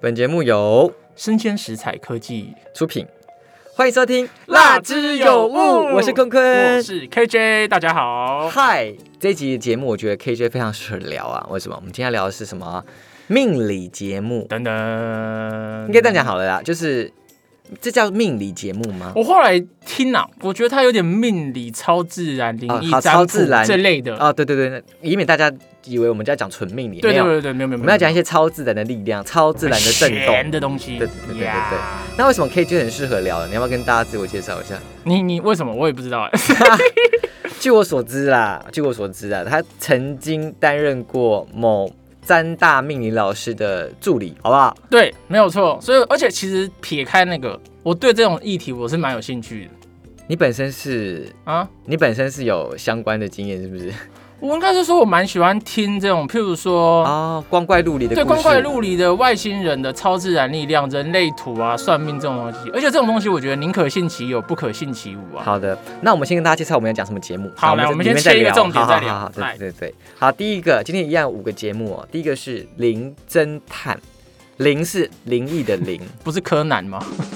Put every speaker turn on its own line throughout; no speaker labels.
本节目由
生鲜食材科技，
出品，欢迎收听《
蜡之有物
我是坤
我
坤。
是 KJ，大家好。
嗨，这一集节目我觉得 KJ 非常适合聊啊，为什么？我们今天聊的是什么啊？命理节目，
等等，
应该这样讲好了啦，就是这叫命理节目吗？
我后来听啊，我觉得它有点命理、超自然、灵异、
啊好
占卜
超自然
这类的。
哦，对对对，那以免大家以为我们在讲纯命理，
对
没
对
有，
对对，没有没有，
我们要讲一些超自然的力量、超自然的震
玄
动。
的东西。
对对对对对对
Yeah
那为什么 KJ 很适合聊呢？你要不要跟大家自我介绍一下？
你你为什么我也不知道 哎。
据我所知啦，据我所知啊，他曾经担任过某三大命理老师的助理，好不好？
对，没有错。所以而且其实撇开那个，我对这种议题我是蛮有兴趣的
你本身是，
啊。
你本身是有相关的经验，是不是？
我应该是说，我蛮喜欢听这种，譬如说，
哦，光怪陆离的故
对
事，
光怪陆离的外星人的超自然力量、人类图啊、算命这种东西，而且这种东西我觉得宁可信其有，不可信其无啊。
好的，那我们先跟大家介绍我们要讲什么节目。
好来
这
我们先
里面再
切一个
聊
重点
好好
再聊
好好
来
对对对，好，第一个今天一样有五个节目哦。第一个是灵侦探，灵是灵异的灵，
不是柯南吗？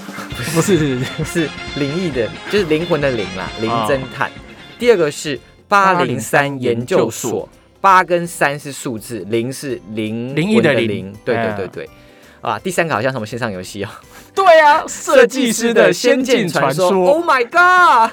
不是，
是灵异的，就是灵魂的灵啦，灵
哦
侦探。第二个是八零三
803
研究所，八跟三是数字，零是灵
灵异
魂
的灵
灵，对对对
嗯
对。啊，第三个好像什么线上游戏哦，
对啊， 设计师的仙境传说。哦
，Oh my god！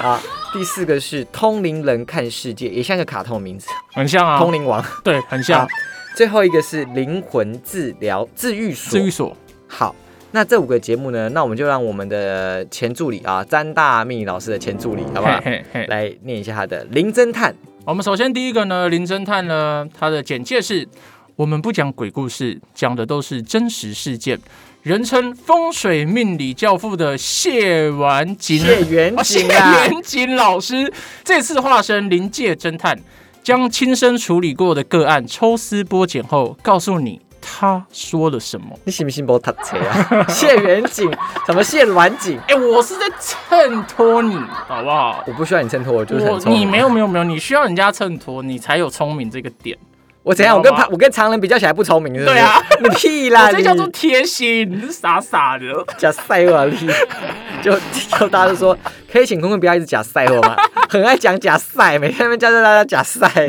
啊，第四个是通灵人看世界，也像个卡通的名字，
很像啊，
通灵王。
对，很像
啊最后一个是灵魂治疗治愈所
治。愈所。
好，那这五个节目呢，那我们就让我们的前助理啊，詹大命理老师的前助理，好不好？
嘿嘿嘿，
来念一下他的《灵侦探》。
我们首先第一个呢，林侦探呢，他的简介是：我们不讲鬼故事，讲的都是真实事件。人称风水命理教父的谢完锦
谢元
啊，谢
景啊，
元锦老师这次化身临界侦探，将亲身处理过的个案抽丝剥茧后，告诉你他说了什么。
你信不信不读册啊？ 谢元景，什么谢软景？
哎、我是在衬托你，好不好？
我不需要你衬托，我就是
我
很聪
你
明。
没有没有没有，你需要人家衬托，你才有聪明这个点。
我怎样？我跟
好吧
我跟常人比较起来不聪明，是不是
对啊，
你屁啦！
我这
你
叫做贴心，你是傻傻的。
假赛货 力，就就大家就说，可以请坤坤不要一直假赛货 吗？很爱讲假赛，每天在那边教教大家假赛。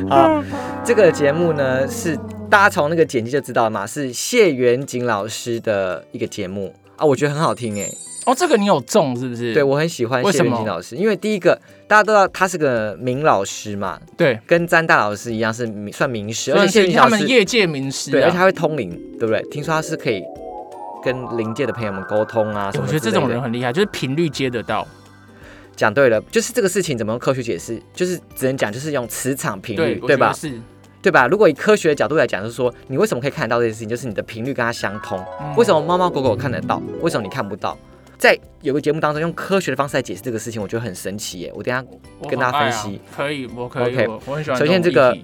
嗯
啊，这个节目呢是大家从那个简介就知道了嘛，是谢元景老师的一个节目啊，我觉得很好听哎、
哦，这个你有中是不是？
对我很喜欢
为
谢
什么
元景老师，因为第一个大家都知道他是个名老师嘛，
对，
跟詹大老师一样是名算名师，而
算
且谢
是
元景
他
老
们
师
业界名师
对，而且
啊。
他会通灵，对不对？听说他是可以跟灵界的朋友们沟通啊什
我
么
觉
之类的。
得这种人很厉害，就是频率接得到。
讲对了，就是这个事情怎么用科学解释，就是只能讲就是用磁场频率，
对，
对
我觉得
吧？
是，
对吧？如果以科学的角度来讲，就是说你为什么可以看得到这件事情，就是你的频率跟它相通。
嗯
为什么猫猫狗狗看得到，为什么你看不到？在有个节目当中，用科学的方式来解释这个事情，我觉得很神奇耶！我等一下
我
跟大家
很爱
分
啊
析。
可以，我可以
OK
我我很喜欢。
首先这个，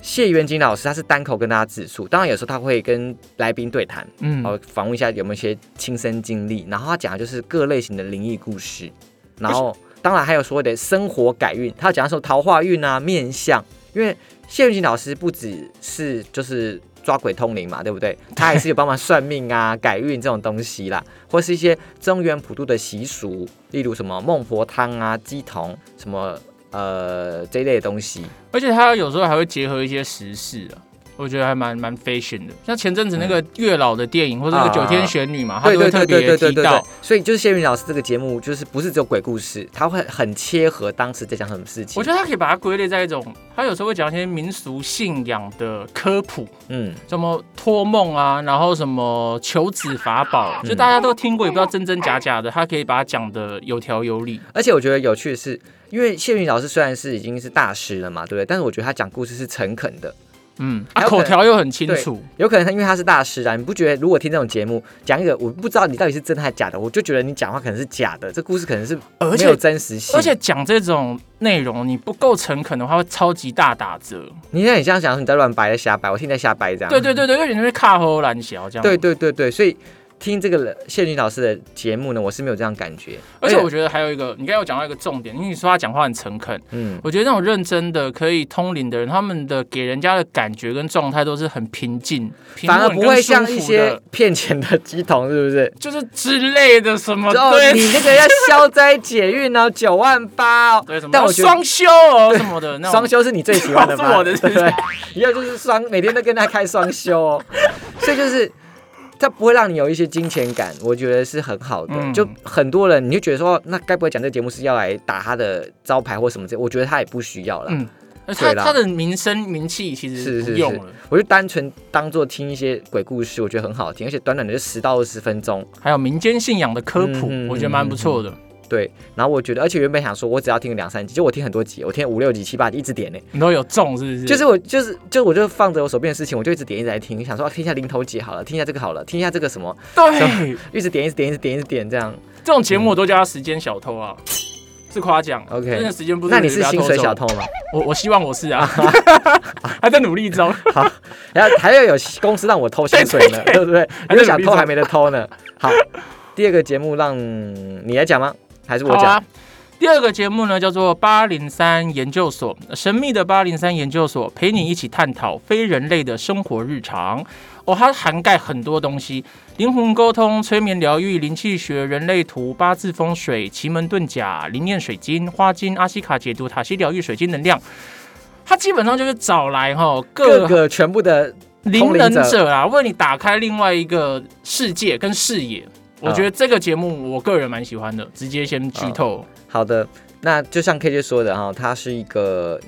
谢元金老师他是单口跟大家自述，当然有时候他会跟来宾对谈，
嗯
然，后访问一下有没有一些亲身经历，然后他讲的就是各类型的灵异故事，然后当然还有所谓的生活改运，他讲的说桃花运啊、面相，因为谢云琴老师不只是就是抓鬼通灵嘛，对不对？他也是有帮忙算命啊、改运这种东西啦，或是一些中原普渡的习俗，例如什么孟婆汤啊、鸡童什么呃这一类的东西。
而且他有时候还会结合一些时事啊。我觉得还蛮蛮 fashion 的，像前阵子那个月老的电影，或者那个
嗯啊
九天玄女嘛，他
对
都会
对
特
对对
别
对对
提
对
到
对，，所以就是谢云老师这个节目，就是不是只有鬼故事，他会很切合当时在讲什么事情。
我觉得他可以把它归类在一种，他有时候会讲一些民俗信仰的科普，
嗯，
什么托梦啊，然后什么求子法宝，
嗯
就大家都听过，也不知道真真假假的，他可以把它讲的有条有理。
而且我觉得有趣的是，因为谢云老师虽然是已经是大师了嘛，对不对？但是我觉得他讲故事是诚恳的，
嗯，
还
啊、
有可
口
能
条又很清
对
楚，
有可能他因为他是大师啊，你不觉得如果听这种节目讲一个我不知道你到底是真的还是假的，我就觉得你讲话可能是假的，这故事可能是
而
没
且
有真实性。
而且讲这种内容，你不够诚恳的话，会超级大打折。
你现在很像讲说你在乱掰在瞎掰，我听你在瞎掰这样。
对对对对，因为你会卡喉懒小这样。
对对对对，所以听这个谢俊老师的节目呢，我是没有这样感觉。
而且我觉得还有一个，你刚才有讲到一个重点，因为你说他讲话很诚恳，
嗯，
我觉得那种认真的、可以通灵的人，他们的给人家的感觉跟状态都是很平静、平
反而
稳
不
跟
会
舒
像
服
一
的
些骗钱的鸡童，是不是？
就是之类的什么
哦，
对
你那个要消灾解运哦，九万八哦
对什么，
但我觉得
双休哦什 么的那
双
种，
休是你最喜欢的
是
吧？
我的 是不
对
是
不对，以后就是双，每天都跟他开双休哦，所以就是他不会让你有一些金钱感，我觉得是很好的。
嗯
就很多人你就觉得说，那该不会讲这个节目是要来打他的招牌或什么之类？我觉得他也不需要啦，
嗯他
对啦
他的名声名气其实
是
不
是
用
是
了，
我就单纯当做听一些鬼故事，我觉得很好听，而且短短的就十到二十分钟。
还有民间信仰的科普，
嗯嗯
我觉得蛮不错的。
对，然后我觉得，而且原本想说，我只要听两三集，就我听很多集，我听五六集、七八集，一直点呢、
你都有中是不是？
就是我就是就我就放着我手边的事情，我就一直点一直来听，想说、啊、听一下零头姐好了，听一下这个好了，听一下这个什么，
对
一直点一直点一直点一直点这样。
这种节目我都叫他时间小偷啊，是夸奖。啊
OK
真的时间不足
那你是
被他
薪
偷
水
走
小，偷吗？
我我希望我是 啊，还在努力中。
然后还要有公司让我偷薪水 呢，对不对？
还
因为
在努
想
力
偷
中
还没得偷呢。好，第二个节目让你来讲吗？还是我
好
讲？
啊。第二个节目呢，叫做《八零三研究所》，神秘的八零三研究所陪你一起探讨非人类的生活日常。哦，它涵盖很多东西：灵魂沟通、催眠疗愈、灵气学、人类图、八字风水、奇门遁甲、灵验水晶、花精、阿西卡解读、塔西疗愈、水晶能量。它基本上就是找来哈
各
各
个全部的
灵
通
能
灵者
者啊，为你打开另外一个世界跟视野。我
嗯
觉得这个节目我个人蛮喜欢的，直接先剧
嗯
透。
好的，那就像 KJ 说的哈，他是一个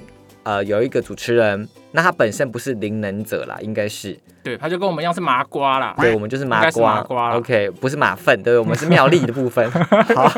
呃有一个主持人，那他本身不是灵能者啦，应该是
对，他就跟我们一样是麻瓜啦。
对，我们就是
应
麻
该是
瓜
麻瓜啦
o k 不是马粪，对，我们是妙丽的部 分。好，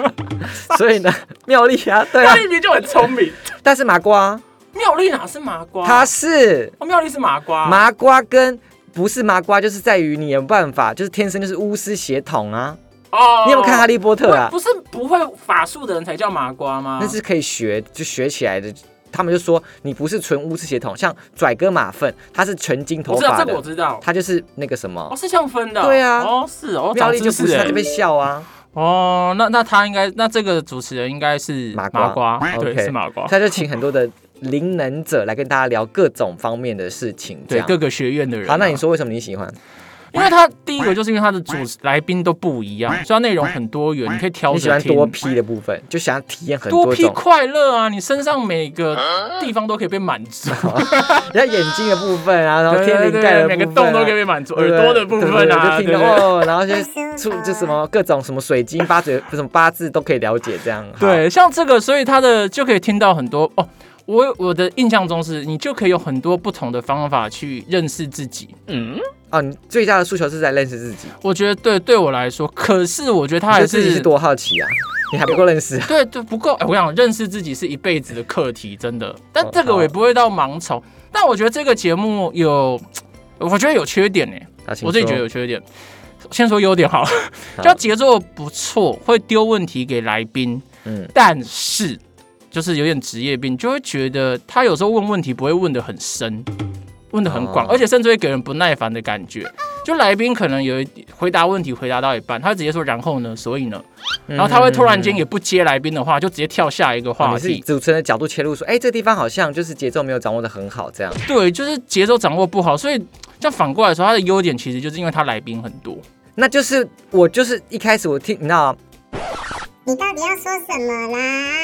所以呢，妙丽啊，对
他
啊，
明明就很聪明。
但是麻瓜
妙丽哪是麻瓜？
他是
哦，妙丽是麻瓜。
麻瓜跟。不是麻瓜，就是在于你有办法，就是天生就是巫师血统啊！
哦，
你有没有看《哈利波特》啊
不？不是不会法术的人才叫麻瓜吗？
那是可以学，就学起来的。他们就说你不是纯巫师血统，像拽哥马粪，他是纯金头
我知道
发
这个
的，
我知道。
他就是那个什么
哦，是这样分的。
对啊
哦是哦，
妙
长
丽就
知
不
识
是，他就被
哎。
笑啊，
哦，那那他应该，那这个主持人应该是
麻瓜
对，
OK
是麻瓜。
他就请很多的灵能者来跟大家聊各种方面的事情，这
对
样。
各个学院的人啊、
好，那你说为什么你喜欢？
因为他第一个就是因为他的主来宾都不一样，所以他内容很多元，你可以挑
你喜
着
欢
听。
多批的部分，就想要体验很
多
多
批
种。
快乐啊！你身上每个地方都可以被满足，
然后眼睛的部分啊，然后
对
天
对
灵
对
盖的部
每
分、啊，
个洞都可以被满足，
对
耳
不对
朵的部分
对对
啊，
对就
对
听
对
得
对
哦，然后些出就什么各种什么水晶八嘴什么八字都可以了解，这 样。好
对，像这个，所以他的就可以听到很多哦。我我的印象中是你就可以有很多不同的方法去认识自己。
哦，你最大的诉求是在认识自己，
我觉得对对我来说，可是我觉得他还
你对自己是
是。
多好奇啊，你还不够认识啊。
对对，不够。哎我想认识自己是一辈子的课题，真的。但
哦
这个我也不会到盲从。但我觉得这个节目有，我觉得有缺点呢、
啊请
我自己觉得
说
有缺点。先说优点好了，
好
就节奏不错，会丢问题给来宾，
嗯，
但是就是有点职业病，就会觉得他有时候问问题不会问得很深，问得很广，
哦
而且甚至会给人不耐烦的感觉。就来宾可能有一点回答问题回答到一半，他直接说然后呢，所以呢，
嗯
然后他会突然间也不接来宾的话，就直接跳下一个
哦
话
你是以
题。
主持人的角度切入说，哎，这地方好像就是节奏没有掌握的很好，这样。
对，就是节奏掌握不好，所以这样反过来说，他的优点其实就是因为他来宾很多。
那就是我就是一开始我听，你知道，
你到底要说什么啦？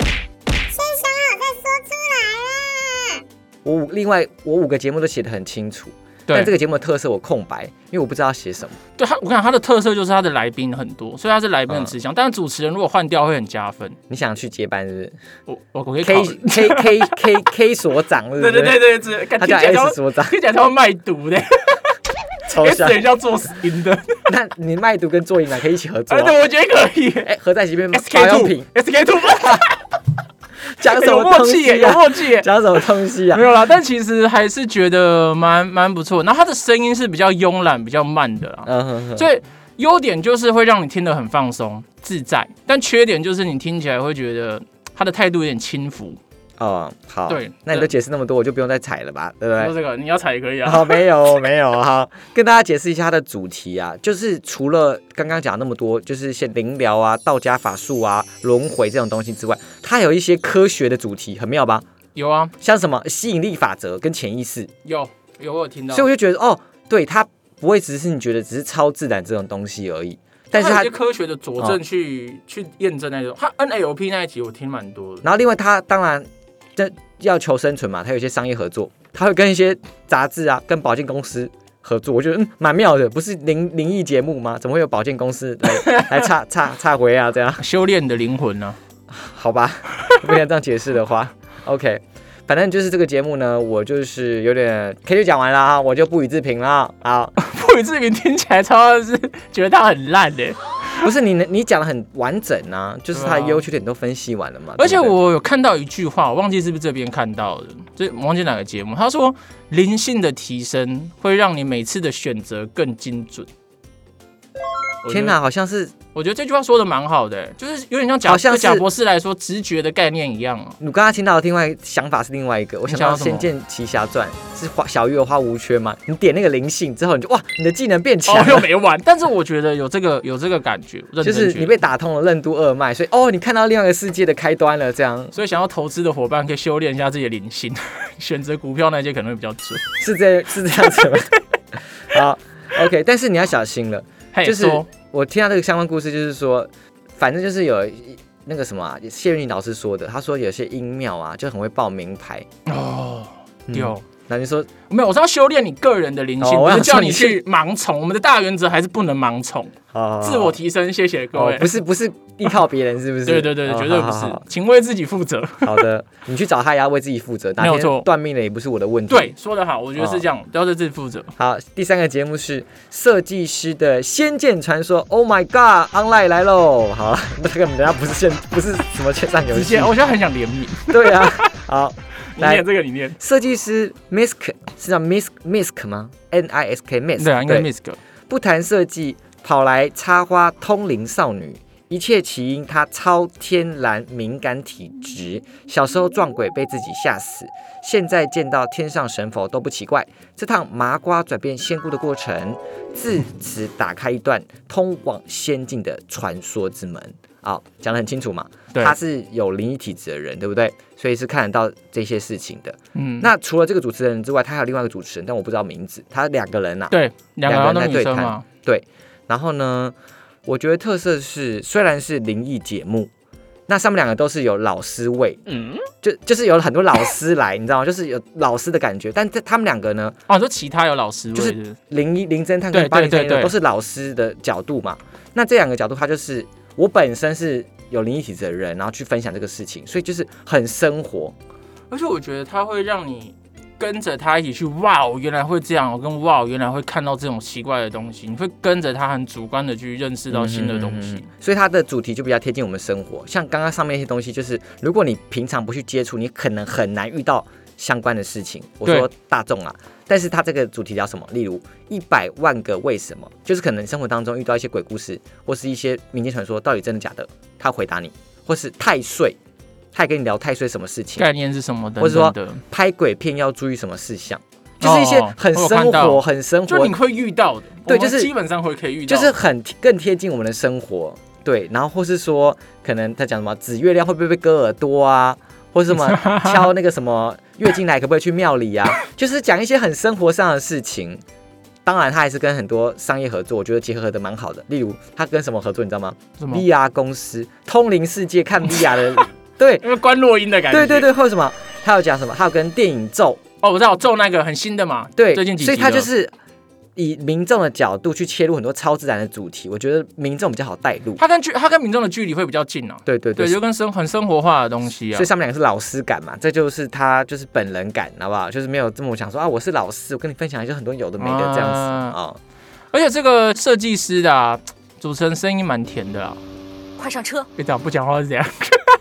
先想好再说出来啦！
我五另外我五个节目都写的很清楚，
对
但这，个节目的特色我空白，因为我不知道要写 什么。
对他，我看他的特色就是他的来宾很多，所以他是来宾很
嗯
吃香。但是主持人如果换掉会很加分。
你想去接班是
我我我可
不
以
是？K
考虑。
K K K K 所长是不
对
是？
对对对，这感
他
觉
叫
听起来他
S
会
所长，
听起来他会卖毒的，
超
哎，
像。
等一下做死赢的。
那你卖毒跟做营养可以一起合作
哎，
啊、
对，我觉得可以。
哎、合在一起变保
SK
养
two
品，
SK two，
讲什
哎有
么
默
东
契耶，
西
有
啊？
默契 耶。
讲什么东西啊
没？有啦，但其实还是觉得蛮蛮不错。然后他的声音是比较慵懒、比较慢的啦，
嗯哼哼，
所以优点就是会让你听得很放松、自在，但缺点就是你听起来会觉得他的态度有点轻浮，
哦，好，
对
那你都解释那么多，我就不用再踩了吧，对不对
说？这个你要踩也可以啊。
好，没有没有哈，跟大家解释一下它的主题啊，就是除了刚刚讲那么多，就是一些灵疗啊、道家法术啊、轮回这种东西之外，它有一些科学的主题，很妙吧？
有啊，
像什么吸引力法则跟潜意识，
有有，我有听到。
所以我就觉得哦，对，它不会只是你觉得只是超自然这种东西而已，但是哦
它
它
有一些，科学的佐证去、去验证那种。他 NLP 那一集我听蛮多的，
然后另外它当然这要求生存嘛，它有一些商业合作，它会跟一些杂志啊、跟保健公司。合作，我觉得嗯蛮妙的，不是灵灵异节目吗？怎么会有保健公司来来插 插插回啊？这样
修炼你的灵魂
啊
呢、
好吧，不想这样解释的话，OK，反正就是这个节目呢，我就是有点 K 就讲完了啊，我就不予置评了啊。
不予置评，听起来超是觉得他很 烂的、
不是你能你讲的很完整啊，就是它的
对啊
优缺点都分析完了嘛。
而且
对不对
我有看到一句话，我忘记是不是这边看到的，这忘记哪个节目，他说灵性的提升会让你每次的选择更精准。我觉得
天哪，好像是
我觉得这句话说的蛮好的、就是有点像贾
好像
对
是
贾博士来说直觉的概念一 样、啊。
你刚刚听到的另外想法是另外一个，我想到《
你想
仙
到什
剑奇侠传》是花小鱼儿花无缺嘛，你点那个灵性之后，你就哇，你的技能变强
哦，
了
又没完，但是我觉得有这个有这个感觉，认真
就是
觉
你
得
被打通了任督二脉，所以哦，你看到另外一个世界的开端了，这样
所以想要投资的伙伴可以修炼一下自己的灵性， 选择股票那些可能会比较准。
是这是这样 子吗？好，OK，但是你要小心了。
嘿，
就是
说
我听到这个相关故事，就是说，反正就是有一那个什么、啊、谢玉宁老师说的，他说有些音庙啊就很会报名牌，
哦，
嗯
有、
那你说
没有？我是要修炼你个人的灵性，
哦
不
我
是
想
叫
说
你
你
去盲从。我们的大原则还是不能盲从，
哦
自我提升。谢谢各
哦
位，。
不是不是依靠别人，是不是？
对对对，
哦
绝对不
好
是
好好，
请为自己负责。
好的，你去找他也要为自己负责，哪
没有
天
错
断命了也不是我的问题。
对，，说得好，我觉得是
哦
这样，都要对自己负责。
好，第三个节目是设计师的《仙剑传说》，Oh my God，Online 来喽！好， 那个人家不是线，不是什么线上游
直
戏
接，，哦我现在很想怜悯，
对啊，好，
你
来
念这个，你念。
设计师 Misk 是叫 Misk Misk 吗？N I S K Misk
对啊，应该 miss 哥。
不谈设计，跑来插花通灵少女。一切起因，她超天然敏感体质，小时候撞鬼被自己吓死，现在见到天上神佛都不奇怪。这趟麻瓜转变仙姑的过程，自此打开一段通往仙境的传说之门。啊、讲得很清楚嘛，
对
他是有灵异体质的人，对不对？所以是看得到这些事情的。
嗯，
那除了这个主持人之外，他还有另外一个主持人，但我不知道名字。他两个人啊呐、
对，两个
两
人
个人
都
在
女
对
生
看
嘛，
对，然后呢，我觉得特色是虽然是灵异节目，那上面两个都是有老师味，
嗯，
就就是有很多老师来，你知道吗？就是有老师的感觉，但这他们两个呢，
哦，你说其他有老师味
就是
不是
灵异灵侦探跟
对
八零
对
三
对
一
对
都是老师的角度嘛。那这两个角度，它就是我本身是有灵异体质的人，然后去分享这个事情，所以就是很生活。
而且我觉得它会让你跟着他一起去，哇，我原来会这样，我跟哇，我原来会看到这种奇怪的东西，你会跟着他很主观的去认识到新的东西。
嗯所以它的主题就比较贴近我们生活。像刚刚上面那些东西，就是如果你平常不去接触，你可能很难遇到相关的事情。我说大众啊，但是它这个主题聊什么？例如一百万个为什么，就是可能生活当中遇到一些鬼故事，或是一些民间传说，到底真的假的？他回答你，或是太岁，他也跟你聊太岁什么事情，
概念是什么等
或者
等
嗯说
的，
拍鬼片要注意什么事项，就是一些
哦
很
我有
生
看到
活、很生
就
活
你会遇到的，
对
我们
就是
基本上会可以遇
就
到，
是很更贴近我们的生活，对，然后或是说可能他讲什么指月亮会不会被割耳朵啊，或是什 么敲那个什么月经来可不可以去庙里啊， 就是讲一些很生活上的事情。当然，他还是跟很多商业合作，我觉得结合的蛮好的。例如，他跟什么合作，你知道吗
什么，
？VR 公司，通灵世界 看 VR 的，对
因为关落音的感觉。
对对对，或者什么，他有讲什么，他有跟电影咒
哦，我知道咒那个很新的嘛，
对，
最近几集
所
的，
以他就是以民众的角度去切入很多超自然的主题，我觉得民众比较好带入。
他跟距他跟民众的距离会比较近啊，
对对对，
对，就跟生很生活化的东西啊
所以。上面两个是老师感嘛，这就是他就是本人感，好不好？就是没有这么想说啊，我是老师，我跟你分享一些很多有的没的这样子
啊
啊、哦
而且这个设计师的、啊、主持人声音蛮甜的啊，哎啊
快上车！
别讲不讲话是怎样？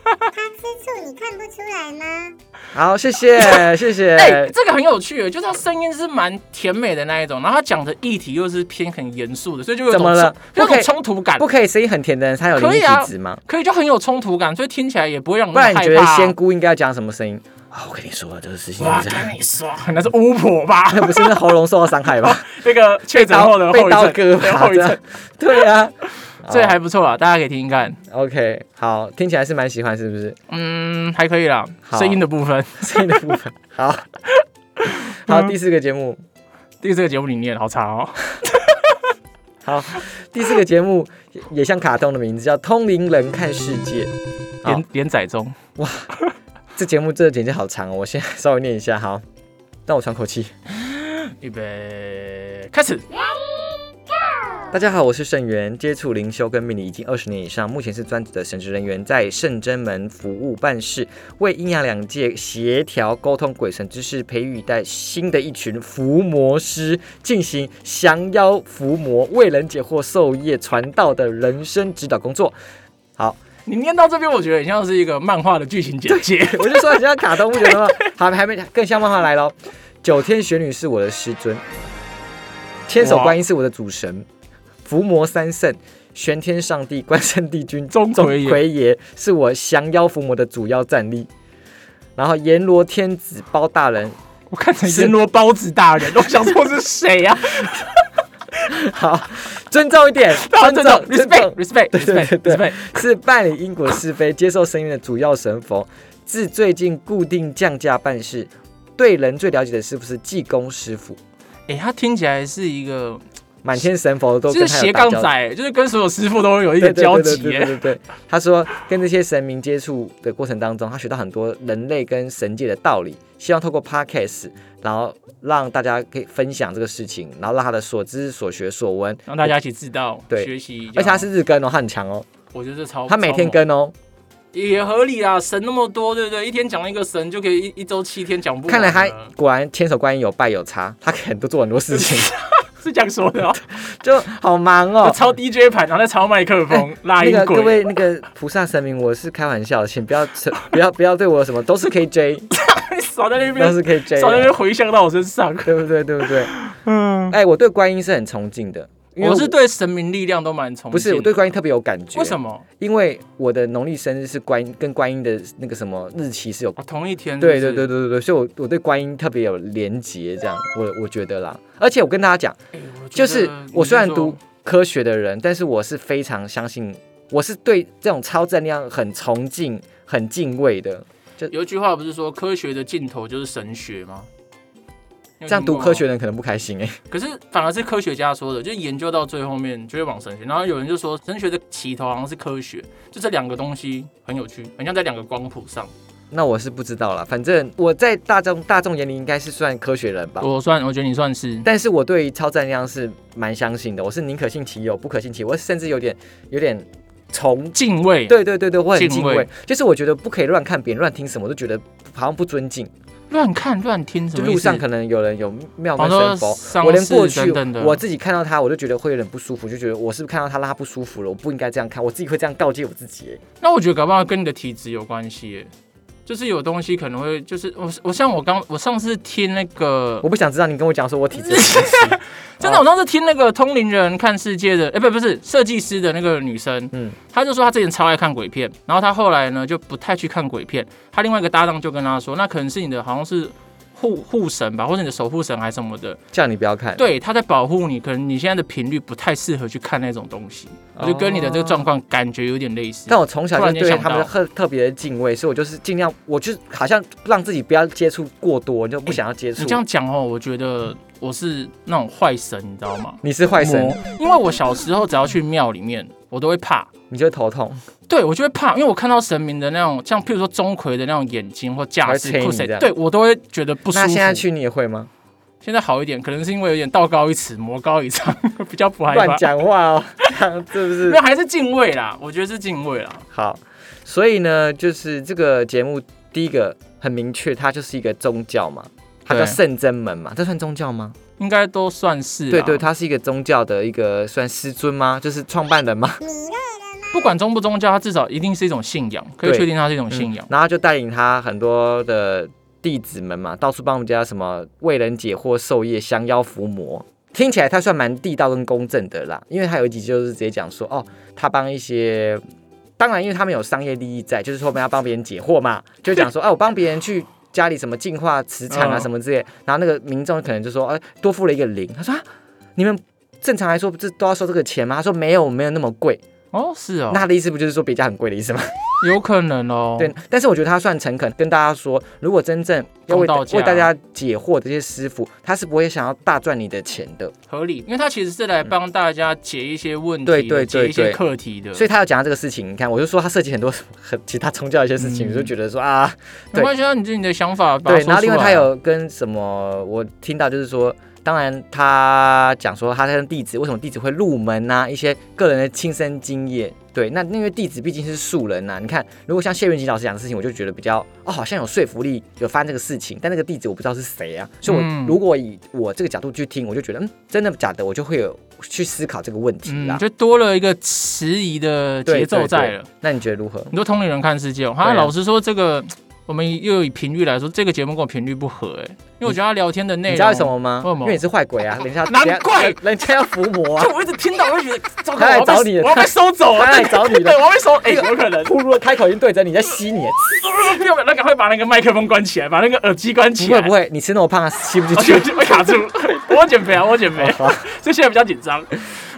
他吃醋你看不出来吗？
好，谢 谢谢谢。
哎、这个很有趣，就是他声音是蛮甜美的那一种，然后他讲的议题又是偏很严肃的，所以就有
怎么
种
了
冲有
不可
种
以
冲突感
不，可以声音很甜的人才有灵
可
异
以啊
体质吗？
可以就很有冲突感，所以听起来也不会让
不然
人
你
害
觉得
怕、啊。
仙姑应该要讲什么声音啊？我跟你说，这个事情
哇，
是这样
跟你说，那是巫婆 吧？
不是因为喉咙受到伤害 吧？
那个确诊后的
被
后遗
刀
症，
割
对
吧？
后遗
这
症
样，对啊，
这还不错啦，大家可以听听看。
OK，好，听起来是蛮喜欢，是不是？
嗯，还可以啦，
好
声音的部分。
声音的部分，好。 好，
嗯
第四个节目，
第四个节目理念好长哦，
好，第四个节目也也像卡通的名字叫《通灵人看世界》。好
连连载中。
这节目真的简直好长哦，我先稍微念一下，好，让我喘口气。
预备，开始。
大家好，我是盛元，接触灵修跟命理已经二十年以上，目前是专职的神职人员，在圣真门服务办事，为阴阳两界协调沟通鬼神之事，培育一代新的一群伏魔师，进行降妖伏魔、为人解惑、授业传道的人生指导工作。
你念到这边，我觉得很像是一个漫画的剧情简介。
我就说很像卡通，不觉 得吗？好，还没更像漫画来喽。九天玄女是我的师尊，千手观音是我的主神，伏魔三圣。玄天上帝、关圣帝君、
钟馗爷
馗爷是我降妖伏魔的主要战力，然后阎罗天子包大人，
我看成
是
阎罗包子大 人，我想说是谁啊呀、
好，尊重一 点，
啊？
尊重
这种，
尊重
respect，respect，
对对
respect，
对
respect。
是办理因果是非、接受声音的主要神佛。自最近固定降价办事，对人最了解的师傅是济公师傅。
哎、他听起来是一个，
满天神佛都
就
跟
是
他有
斜
打
杠
交道，
仔，就是跟所有师傅都有一点交集
对对对对
耶。
对对对他说跟这些神明接触的过程当中，他学到很多人类跟神界的道理，希望透过 podcast，然后让大家可以分享这个事情，然后让他的所知所学所闻，
让大家一起知道、
对
学习。
而且他，是日更哦，他很强哦，
我觉得这超，
他每天
超猛
更哦。
也合理啊，神那么多，对不对？一天讲一个神就可以一一周七天讲不完啊
看来他
了
果然千手观音有拜有差，他可能都做很多事 情，
是这样说 的、哦，
就好忙
就
哦。
抄 DJ 盘，然后再抄麦克风，拉
哎那
音
个
轨。
各 位那个菩萨神明，我是开玩笑的，请不要不要不要对我有什么，都是 KJ，
哎少在那边
都，是 KJ，
少在
啊
那边回想到我身上。
对不对？对不对？
嗯，哦
哎、我对观音是很崇敬的，因为
我是对神明力量都蛮崇敬的。
不是我对观音特别有感觉？
为什？么？
因为我的农历生日是观音跟观音的那个什么日期是有。
我哦同一天。
对对对
对。
对对对，所以我我对观音特别有连结，这样我我觉得啦。而且我跟大家讲，
哎我觉得
就是我虽然
你
读
这种
科学的人，但是我是非常相信，我是对这种超正量很崇敬、很敬畏的。
有一句话不是说科学的尽头就是神学吗？
这样读科学
的，
的人可能不开心哎、
可是反而是科学家说的，就是研究到最后面就会往神学。然后有人就说，神学的起头好像是科学，就这两个东西很有趣，很像在两个光谱上。
那我是不知道啦，反正我在大众大众眼里应该是算科学人吧。
我算，我觉得你算是
但是我对于超赞量是蛮相信的，我是宁可信其有，不可信其无，我甚至有点有点从。
敬畏。
对对对对，我很
敬
敬
畏
畏，就是我觉得不可以乱看别人、乱听什么，我都觉得好像不尊敬。
乱看乱听什
就
么意
路
思？
上可能有人有庙跟
好多
神佛
丧，
我连
事
过去
等等的
我自己看到他，我就觉得会有点不舒服，就觉得我是不是看到他让他不舒服了？我不应该这样看，我自己会这样告诫我自己耶。
那我觉得搞不好跟你的体质有关系耶，就是有东西可能会，就是我我像我刚我上次听那个
我，不想知道你跟我讲说我体质有关系
真的我上次听那个通灵人看世界的，哎、不不是设计师的那个女生，
嗯，
她就说她之前超爱看鬼片，然后她后来呢就不太去看鬼片，她另外一个搭档就跟她说，那可能是你的好像是。护护神吧，或者你的守护神还是什么的，
叫你不要看。
对，他在保护你。可能你现在的频率不太适合去看那种东西，我就跟你的这个状况感觉有点类似。
哦但我从小
突然
就
间
对
想
他们
到
特特别的敬畏，所以我就是尽量，我就是好像让自己不要接触过多，就不想要接触。
哎你这样讲哦，我觉得我是那种坏神，你知道吗？
你是坏神
魔，，因为我小时候只要去庙里面，我都会怕。
你就会头痛。
对，我就会怕，因为我看到神明的那种，像譬如说钟馗的那种眼睛或架势
还会捶你
酷谁
这样
对我都会觉得不舒服。
那现在去你也会吗？
现在好一点，可能是因为有点道高一尺，魔高一丈， 比较不害怕
乱。讲话哦，这样是不
没
是
有，？还是敬畏啦，我觉得是敬畏啦。
好，所以呢，就是这个节目第一个很明确，它就是一个宗教嘛，它叫
对
圣真门嘛，这算宗教吗？
应该都算是啊啦
对对，它是一个宗教的一个算师尊吗？就是创办人吗？
你累了吗？
不管宗不宗教，它至少一定是一种信仰，可以
对
确定它是一种
嗯
信仰。
然后就带领他很多的弟子们嘛，到处帮我们家什么为人解惑、授业、降妖伏魔。听起来他算蛮地道跟公正的啦，因为他有一集就是直接讲说，哦，他帮一些，当然因为他们有商业利益在，就是说我们要帮别人解惑嘛，就讲 说，哦，我帮别人去家里什么净化磁场啊
嗯
什么之类，然后那个民众可能就说，哎、多付了一个零，他说、啊、你们正常来说不是都要收这个钱吗？他说没有，没有那么贵，
哦，是哦
那，他的意思不就是说别家很贵的意思吗？
有可能哦。
对，但是我觉得他算诚恳，跟大家说，如果真正要为
公道价
为大家解惑的这些师傅，他是不会想要大赚你的钱的，
合理，因为他其实是来帮大家解一些问题的，
对对对
解一些
对
课题的，
所以他要讲到这个事情，你看，我就说他涉及很多很其他宗教的一些事情，
嗯
我就觉得说啊，
没关系啊，你自己的想法把它
对，
说
然后另外
出来啊
他有跟什么，我听到就是说。当然，他讲说他跟弟子为什么弟子会入门啊呐、一些个人的亲身经验。对，那那因为弟子毕竟是素人呐、啊你看，如果像谢云吉老师讲的事情，我就觉得比较哦，好像有说服力，有发生这个事情，但那个弟子我不知道是谁啊，所以我
嗯
如果以我这个角度去听，我就觉得嗯，真的假的，我就会有去思考这个问题啦
嗯，。就多了一个迟疑的
对
节奏
对
在
对
了。
那你觉得如何？
很多同龄人看世界哦，他
对啊
老实说，这个我们又以频率来说，这个节目跟我频率不合哎，因为我觉得他聊天的内容，
你知道为什？么吗？
为什么
因为你是坏鬼啊，人家
难怪
人家人家要伏魔啊
就，我一直听到，我就觉得，糟糕，
他来
我要被
找你了
我要被收走了，
他来找你了
对，我要被收，哎，有可能，
呼噜的开口音对着你在吸 你，
要欸不要那赶快把那个麦克风关起来，把那个耳机关
不
起来，
会不会，你吃那么胖吸不
哦，
进
就
去。
就会卡住。我减肥啊，我减肥， 所以现在比较紧张。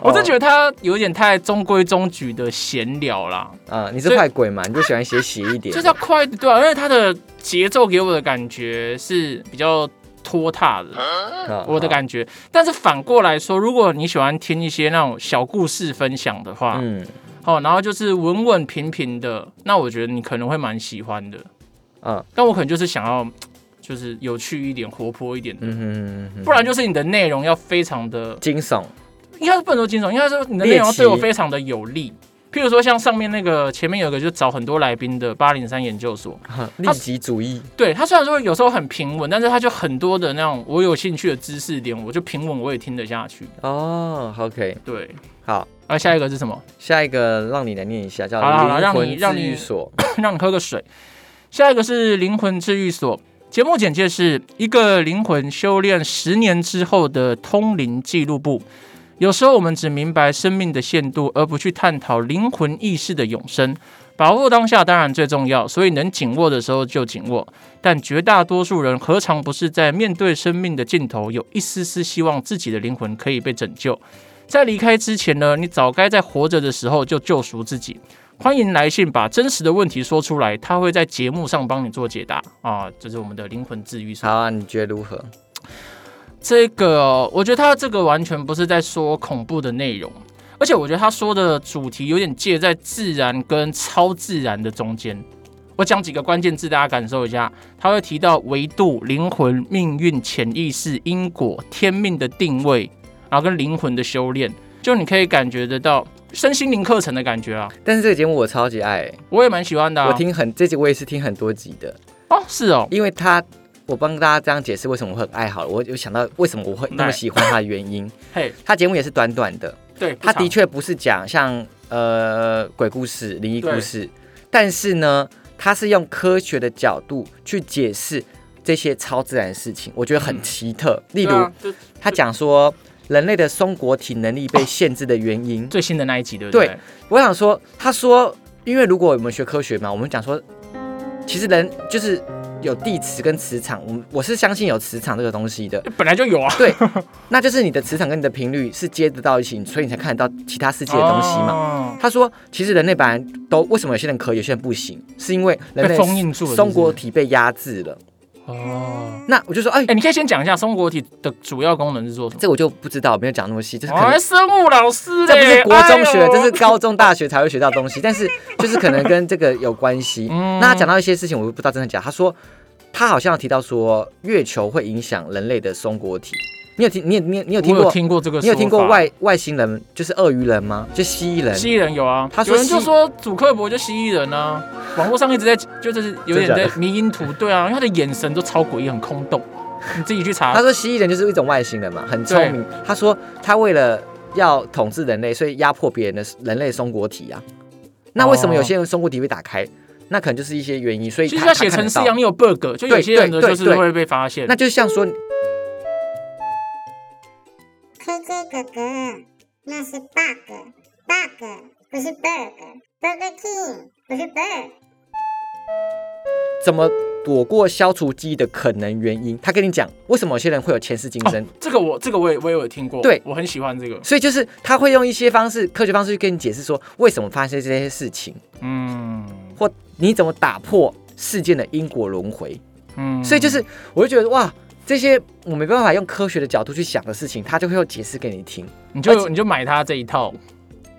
我真觉得他有点太中规中矩的闲聊啦，
啊，你是坏鬼嘛，你就喜欢写写一点
就。是要快对啊，因为他的节奏给我的感觉是比较拖沓的。
啊
我的感觉。但是反过来说，如果你喜欢听一些那种小故事分享的话，
嗯
好、然后就是稳稳平平的，那我觉得你可能会蛮喜欢的。
啊
但我可能就是想要，就是有趣一点、活泼一点的。
嗯哼嗯
不然就是你的内容要非常的，
惊悚啊
应该是不能说惊悚，应该说你的
猎
内容要对我
奇
非常的有利。譬如说像上面那个前面有一个就找很多来宾的八零三研究所，
啊利己主义
对他虽然说有时候很平稳，但是他就很多的那种我有兴趣的知识点，我就平稳我也听得下去。
哦，OK，
对，
好，
啊，下一个是什么？
下一个让你来念一下，叫
好啦好啦
灵
让
魂
你让
治
你
愈所。
让你喝个水。下一个是灵魂治愈所。节目简介是一个灵魂修炼十年之后的通灵记录簿。有时候我们只明白生命的限度，而不去探讨灵魂意识的永生。把握当下当然最重要，所以能紧握的时候就紧握。但绝大多数人何尝不是在面对生命的尽头，有一丝丝希望自己的灵魂可以被拯救？在离开之前呢，你早该在活着的时候就救赎自己。欢迎来信，把真实的问题说出来，他会在节目上帮你做解答啊！这是我们的灵魂治愈师
好。啊，你觉得如何？
这个哦我觉得他这个完全不是在说恐怖的内容，而且我觉得他说的主题有点介在自然跟超自然的中间。我讲几个关键字，大家感受一下。他会提到维度、灵魂、命运、潜意识、因果、天命的定位，然后跟灵魂的修炼，就你可以感觉得到身心灵课程的感觉啊！
但是这个节目我超级爱，
我也蛮喜欢的、啊。
我听很这集我也是听很多集的，
哦，是哦，
因为他。我帮大家这样解释为什么我很爱好了，我有想到为什么我会那么
来
喜欢他的原因。
嘿，
他节目也是短短的，
对，不
他的
长
确不是讲像呃鬼故事、灵异故事，但是呢，他是用科学的角度去解释这些超自然的事情，我觉得很奇特。例
对
如
啊，就
他讲说人类的松果体能力被限制的原因，
最新的那一集，对不对？
对我想说，他说，因为如果我们学科学嘛，我们讲说，其实人就是有地磁跟磁场，我们我是相信有磁场这个东西的，
本来就有啊，
对，那就是你的磁场跟你的频率是接得到一起，所以你才看得到其他世界的东西嘛。
嘛。
他说，其实人类本来都为什么有些人可以，有些人不行，是因为人类
被封印住了
松果体被压制了。
嗯
哦，
那我就说，哎、
哎、你可以先讲一下松果体的主要功能是做什么？
这我就不知道，没有讲那么细，就是可
哦，
能。
生物老师
这
嘞，
不是国中学，
哎呦
这是高中、大学才会学到的东西，但是就是可能跟这个有关系。
嗯
那他讲到一些事情，我不知道真的假的。他说他好像有提到说，月球会影响人类的松果体。你有听？你有你有你有听
我有
过？
听过这个，
你有听过？外外星人就是鳄鱼人吗？就蜥蜴人？
蜥蜴人有啊，
他说
有人就
蜥
说祖克伯就蜥蜴人啊，网络上一直在就是有
真
点
假
在
的
迷因图，对啊，因为他的眼神都超诡异，很空洞，你自己去查
他。说蜥蜴人就是一种外星人嘛，很聪明。他说他为了要统治人类，所以压迫别人的人类松果体啊。那为什么有些人松果体会打开？那可能就是一些原因，所以
其实
他
要
他
写
看
成
得
是
到
一样，你有 bug，就有
对
些人的
对
就是
对
会被发现。
那就像说，
科科哥哥，那是 bug，bug 不是 burger，Burger King 不是 bird。
怎么躲过消除记忆的可能原因，他跟你讲为什么有些人会有前世今生，
这个我这个我也我也有听过，
对
我很喜欢这个。
所以就是他会用一些方式，科学方式去跟你解释说为什么发生这些事情，
嗯
或你怎么打破事件的因果轮回。
嗯，
所以就是，我就觉得哇，这些我没办法用科学的角度去想的事情，他就会用解释给你听。
你
而
就
且
你就买它这一套，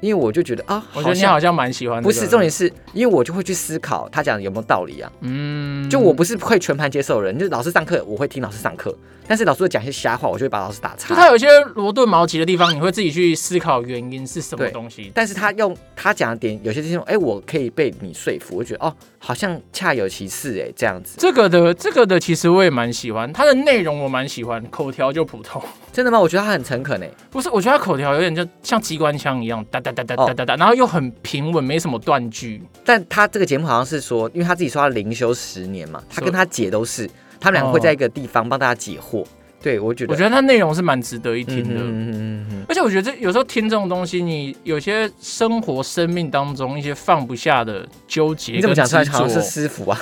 因为我就觉得啊，
我觉得你
像
好像蛮喜欢这个。
不是重点是，因为我就会去思考他讲的有没有道理啊。
嗯，
就我不是会全盘接受的人，就是老师上课我会听老师上课，但是老师会讲一些瞎话，我就会把老师打
就
岔。
它有些罗顿毛奇的地方，你会自己去思考原因是什么
对
东西。
但是他用他讲的点，有些地方，哎、我可以被你说服，我觉得哦，好像恰有其事、哎，这样子，
这个的这个的其实我也蛮喜欢，它的内容我蛮喜欢，口条就普通。
真的吗？我觉得他很诚恳、哎，
不是，我觉得它口条有点就像机关枪一样，哒哒哒
哦
哒哒哒哒，然后又很平稳，没什么断句。
但他这个节目好像是说，因为他自己说他灵修十年嘛，他跟他姐都是，他们两个会在一个地方帮大家解惑。对，哦我觉得，
我觉得它内容是蛮值得一听的。
嗯嗯嗯
而且我觉得这有时候听这种东西，你有些生活、生命当中一些放不下的纠结，
你怎么讲出来好像是师傅啊？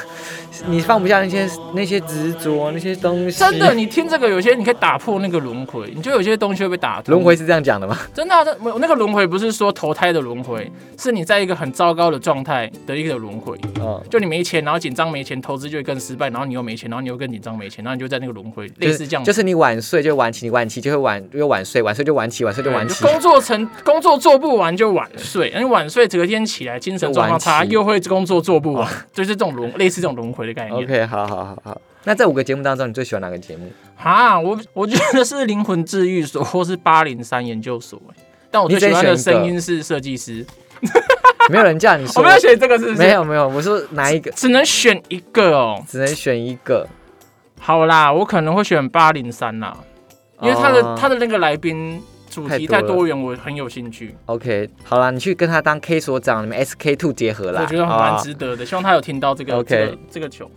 你放不下那些那些执着那些东西，
真的，你听这个有些你可以打破那个轮回，你就有些东西会被打通
轮回是这样讲的吗？
真的、啊，这我那个轮回不是说投胎的轮回，是你在一个很糟糕的状态的一个轮回，
嗯，
就你没钱，然后紧张没钱，投资就会更失败，然后你又没钱，然后你又更紧张没钱，然后你就在那个轮回，类似这样子。
就是是你晚睡就晚起，你晚起就会晚又晚睡，晚睡就晚起，晚睡就晚起。
工作成工作做不完就晚睡，因为晚睡隔天起来精神状况差，
晚起
又会工作做不完，就是这 种轮类似这种轮回的概念。
哦 OK，好好好好。那这五个节目当中，你最喜欢哪个节目？
哈，我我觉得是灵魂治愈所或是八零三研究所、欸但我最
你只
喜
能
欢的
选一个
声音是设计师。
没有人叫你
我
说，
们要选这个是不是？
没，有没有，我说哪一个，
只能选一个哦。
只能选一个，
好啦，我可能会选八零三啦，因为他的、
哦
他的那个来宾主题
太多
太
了
多元，我很有兴趣，
OK，好啦，你去跟他当 K 所长，你们 SK two 结合啦。
我觉得很
好啊
蛮值得的。希望他有听到这个
OK
这个这个球。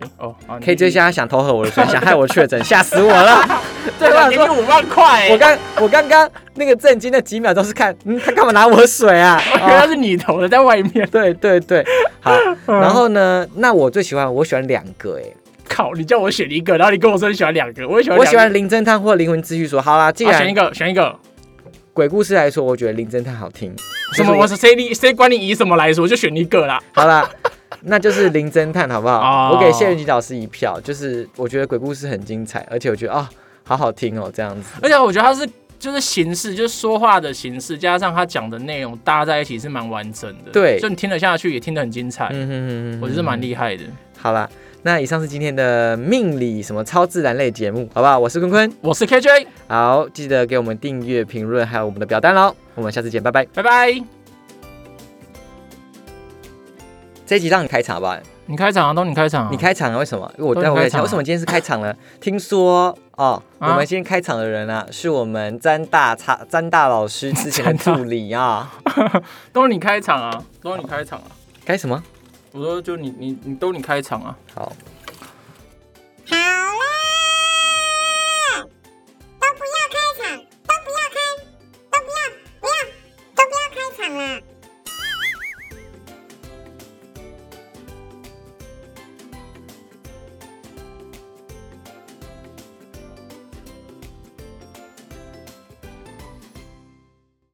诶哦，好
可以啊就，像他想投河我的水，想害我确诊，吓死我 了！
你对吧？
我想
给
说
你五万块、
我刚我刚刚那个震惊的几秒都是看，嗯，他干嘛拿我的水 啊？
我 原来是你投的，在外面。
对对对， 好。
嗯
然后呢，那我最喜欢我喜欢两个哎、
靠，你叫我选一个，然后你跟我说你喜欢两个，我也喜欢
我
两个，
喜欢灵侦探或灵魂治愈所。好啦，既
啊选一
然
个，选一个。
鬼故事来说，我觉得灵侦探好听。
什么？
就是
我是谁你谁管你以什么来说，我就选一个啦。
好啦，那就是灵侦探好不好？
哦
我给谢云吉老师一票，就是我觉得鬼故事很精彩，而且我觉得啊、好好听哦，这样子。
而且我觉得他是就是形式，就是说话的形式，加上他讲的内容搭在一起是蛮完整的。
对
就你听得下去，也听得很精彩，
嗯哼哼哼
我觉得蛮厉害的。
好啦，那以上是今天的命理什么超自然类节目，好不好？我是坤坤，
我是 KJ，
好，记得给我们订阅、评论，还有我们的表单喽。我们下次见，拜拜。
拜拜。
这一集让你开场吧，
你开场啊，都你开场、啊，
你开场了，为什么？因为我
都
对
是
我
开
在想，
场啊
为什么今天是开场呢？ 听说哦，
啊
我们今天开场的人啊，是我们詹大差詹大老师之前的
詹大
助理 啊。
都是你开场啊，都是你开场啊。
该什么？
我说就你你你都你开场啊，
好，